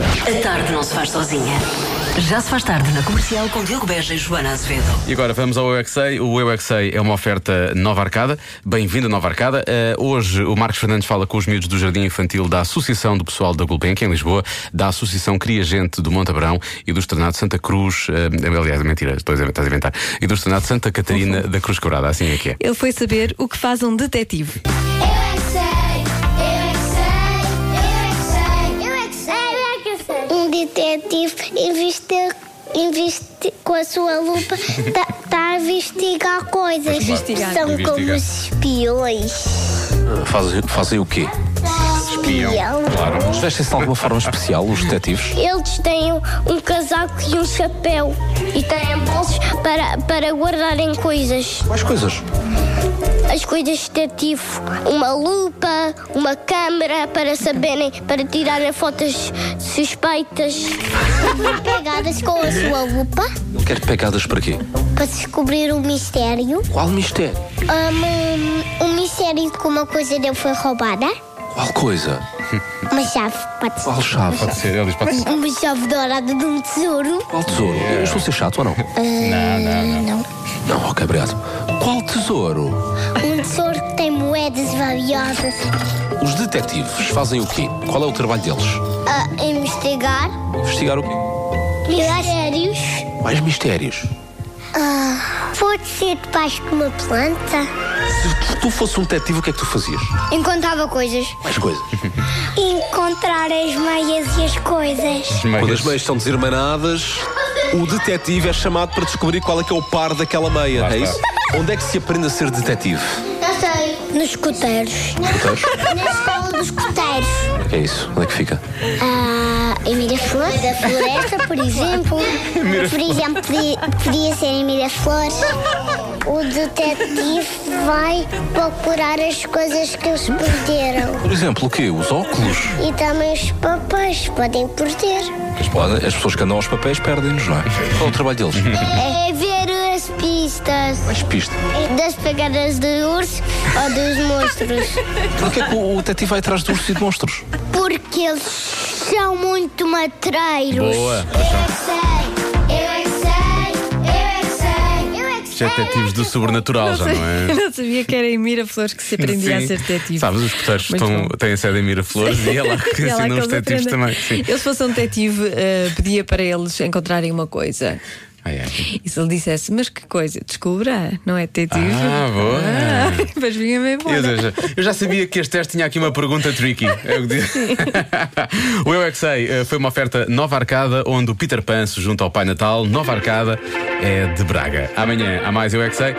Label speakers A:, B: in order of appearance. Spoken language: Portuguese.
A: A tarde não se faz sozinha. Já se faz tarde na comercial com Diogo Beja e Joana Azevedo.
B: E agora vamos ao EUXA. O EUXA é uma oferta nova arcada. Bem-vindo a Nova Arcada. Eh, hoje o Marcos Fernandes fala com os miúdos do Jardim Infantil da Associação do Pessoal da Gulbenkian em Lisboa, da Associação Cria Gente do Monte Abrão e do Estrenado Santa Cruz. eh, aliás, mentira, estou a inventar, estás a inventar. E do Estrenado Santa Catarina da Cruz Quebrada. Assim é que é.
C: Ele foi saber o que faz um detetive.
D: Eu é que sei, eu é que sei, eu é que sei, eu é que sei, eu é que sei.
E: um detetive investe, investe com a sua lupa está a investigar coisas.
C: Investigar.
E: São como
B: Investigar.
E: espiões.
F: Fazem, fazem o quê?
E: Espião.
B: Claro.
F: Vestem-se de alguma forma especial, os detetives?
E: Eles têm um, um casaco e um chapéu e têm bolsos para, para guardarem coisas.
F: Quais coisas?
E: As coisas de detetive, uma lupa, uma câmara para saberem, para tirarem fotos suspeitas.
D: Pegadas com a sua lupa
F: Ele quer pegadas para quê?
E: Para descobrir o mistério.
F: Qual mistério?
E: Um, um mistério de que uma coisa dele foi roubada.
F: Qual coisa?
E: Uma chave, pode ser.
F: Qual chave?
B: Pode ser, Elis, pode ser.
E: Uma chave dourada de um tesouro. Hum,
F: Qual tesouro? Eu estou a ser chato ou não?
B: Não, não, não.
F: Não, ok, obrigado. Qual tesouro?
E: Um tesouro que tem moedas valiosas.
F: Os detetives fazem o quê? Qual é o trabalho deles?
E: A investigar
F: Investigar o quê?
E: mistérios.
F: Mais mistérios.
E: Pode ser debaixo de uma planta.
F: Se tu fosse um detetive, o que é que tu fazias?
E: Encontrava coisas.
F: Mais coisas.
E: Encontrar as meias e as coisas.
F: Quando as meias são desirmanadas, o detetive é chamado para descobrir qual é que é o par daquela meia,
B: Lá
F: é
B: está.
F: isso? Onde é que se aprende a ser detetive?
E: Eu sei. Nos coteiros. Na escola dos coteiros.
F: É isso, onde é que fica?
E: Ah, em Miraflor. Da floresta, por exemplo. por exemplo, podia, podia ser em Miraflor. O detetive vai procurar as coisas que eles perderam.
F: Por exemplo, o quê? Os óculos?
E: E também os papéis podem perder.
F: Mas podem- As pessoas que andam aos papéis perdem-nos, não é? Qual é o trabalho deles?
E: É ver as pistas
F: Mais pista.
E: das pegadas de urso ou dos monstros.
F: Porquê é que o o detetive vai atrás de ursos e de monstros?
E: Porque eles são muito matreiros.
B: Boa.
D: é eu é que sei, eu é que sei, eu é que sei.
B: Detetives do sobrenatural, já não é?
C: Eu não sabia que era em Miraflores que se aprendia
B: Sim.
C: a ser detetive.
B: Sabes, os porteiros
C: Muito
B: estão,
C: bom.
B: têm sede em Miraflores e é lá que
C: É lá
B: ensinam os
C: eles
B: detetives também. Sim.
C: aprendem. Eu, se fosse um detetive, eh, pedia para eles encontrarem uma coisa.
B: Ai, ai.
C: E se ele dissesse, mas que coisa? Descubra, não é detetive?
B: Ah, boa.
C: Ah, mas vinha bem bom.
B: Eu já, eu já sabia que este teste tinha aqui uma pergunta tricky. É o que diz. o Eu é que Sei, eh, foi uma oferta nova arcada, onde o Peter Pan se junta ao Pai Natal. Nova arcada é de Braga. Amanhã há mais Eu é que Sei.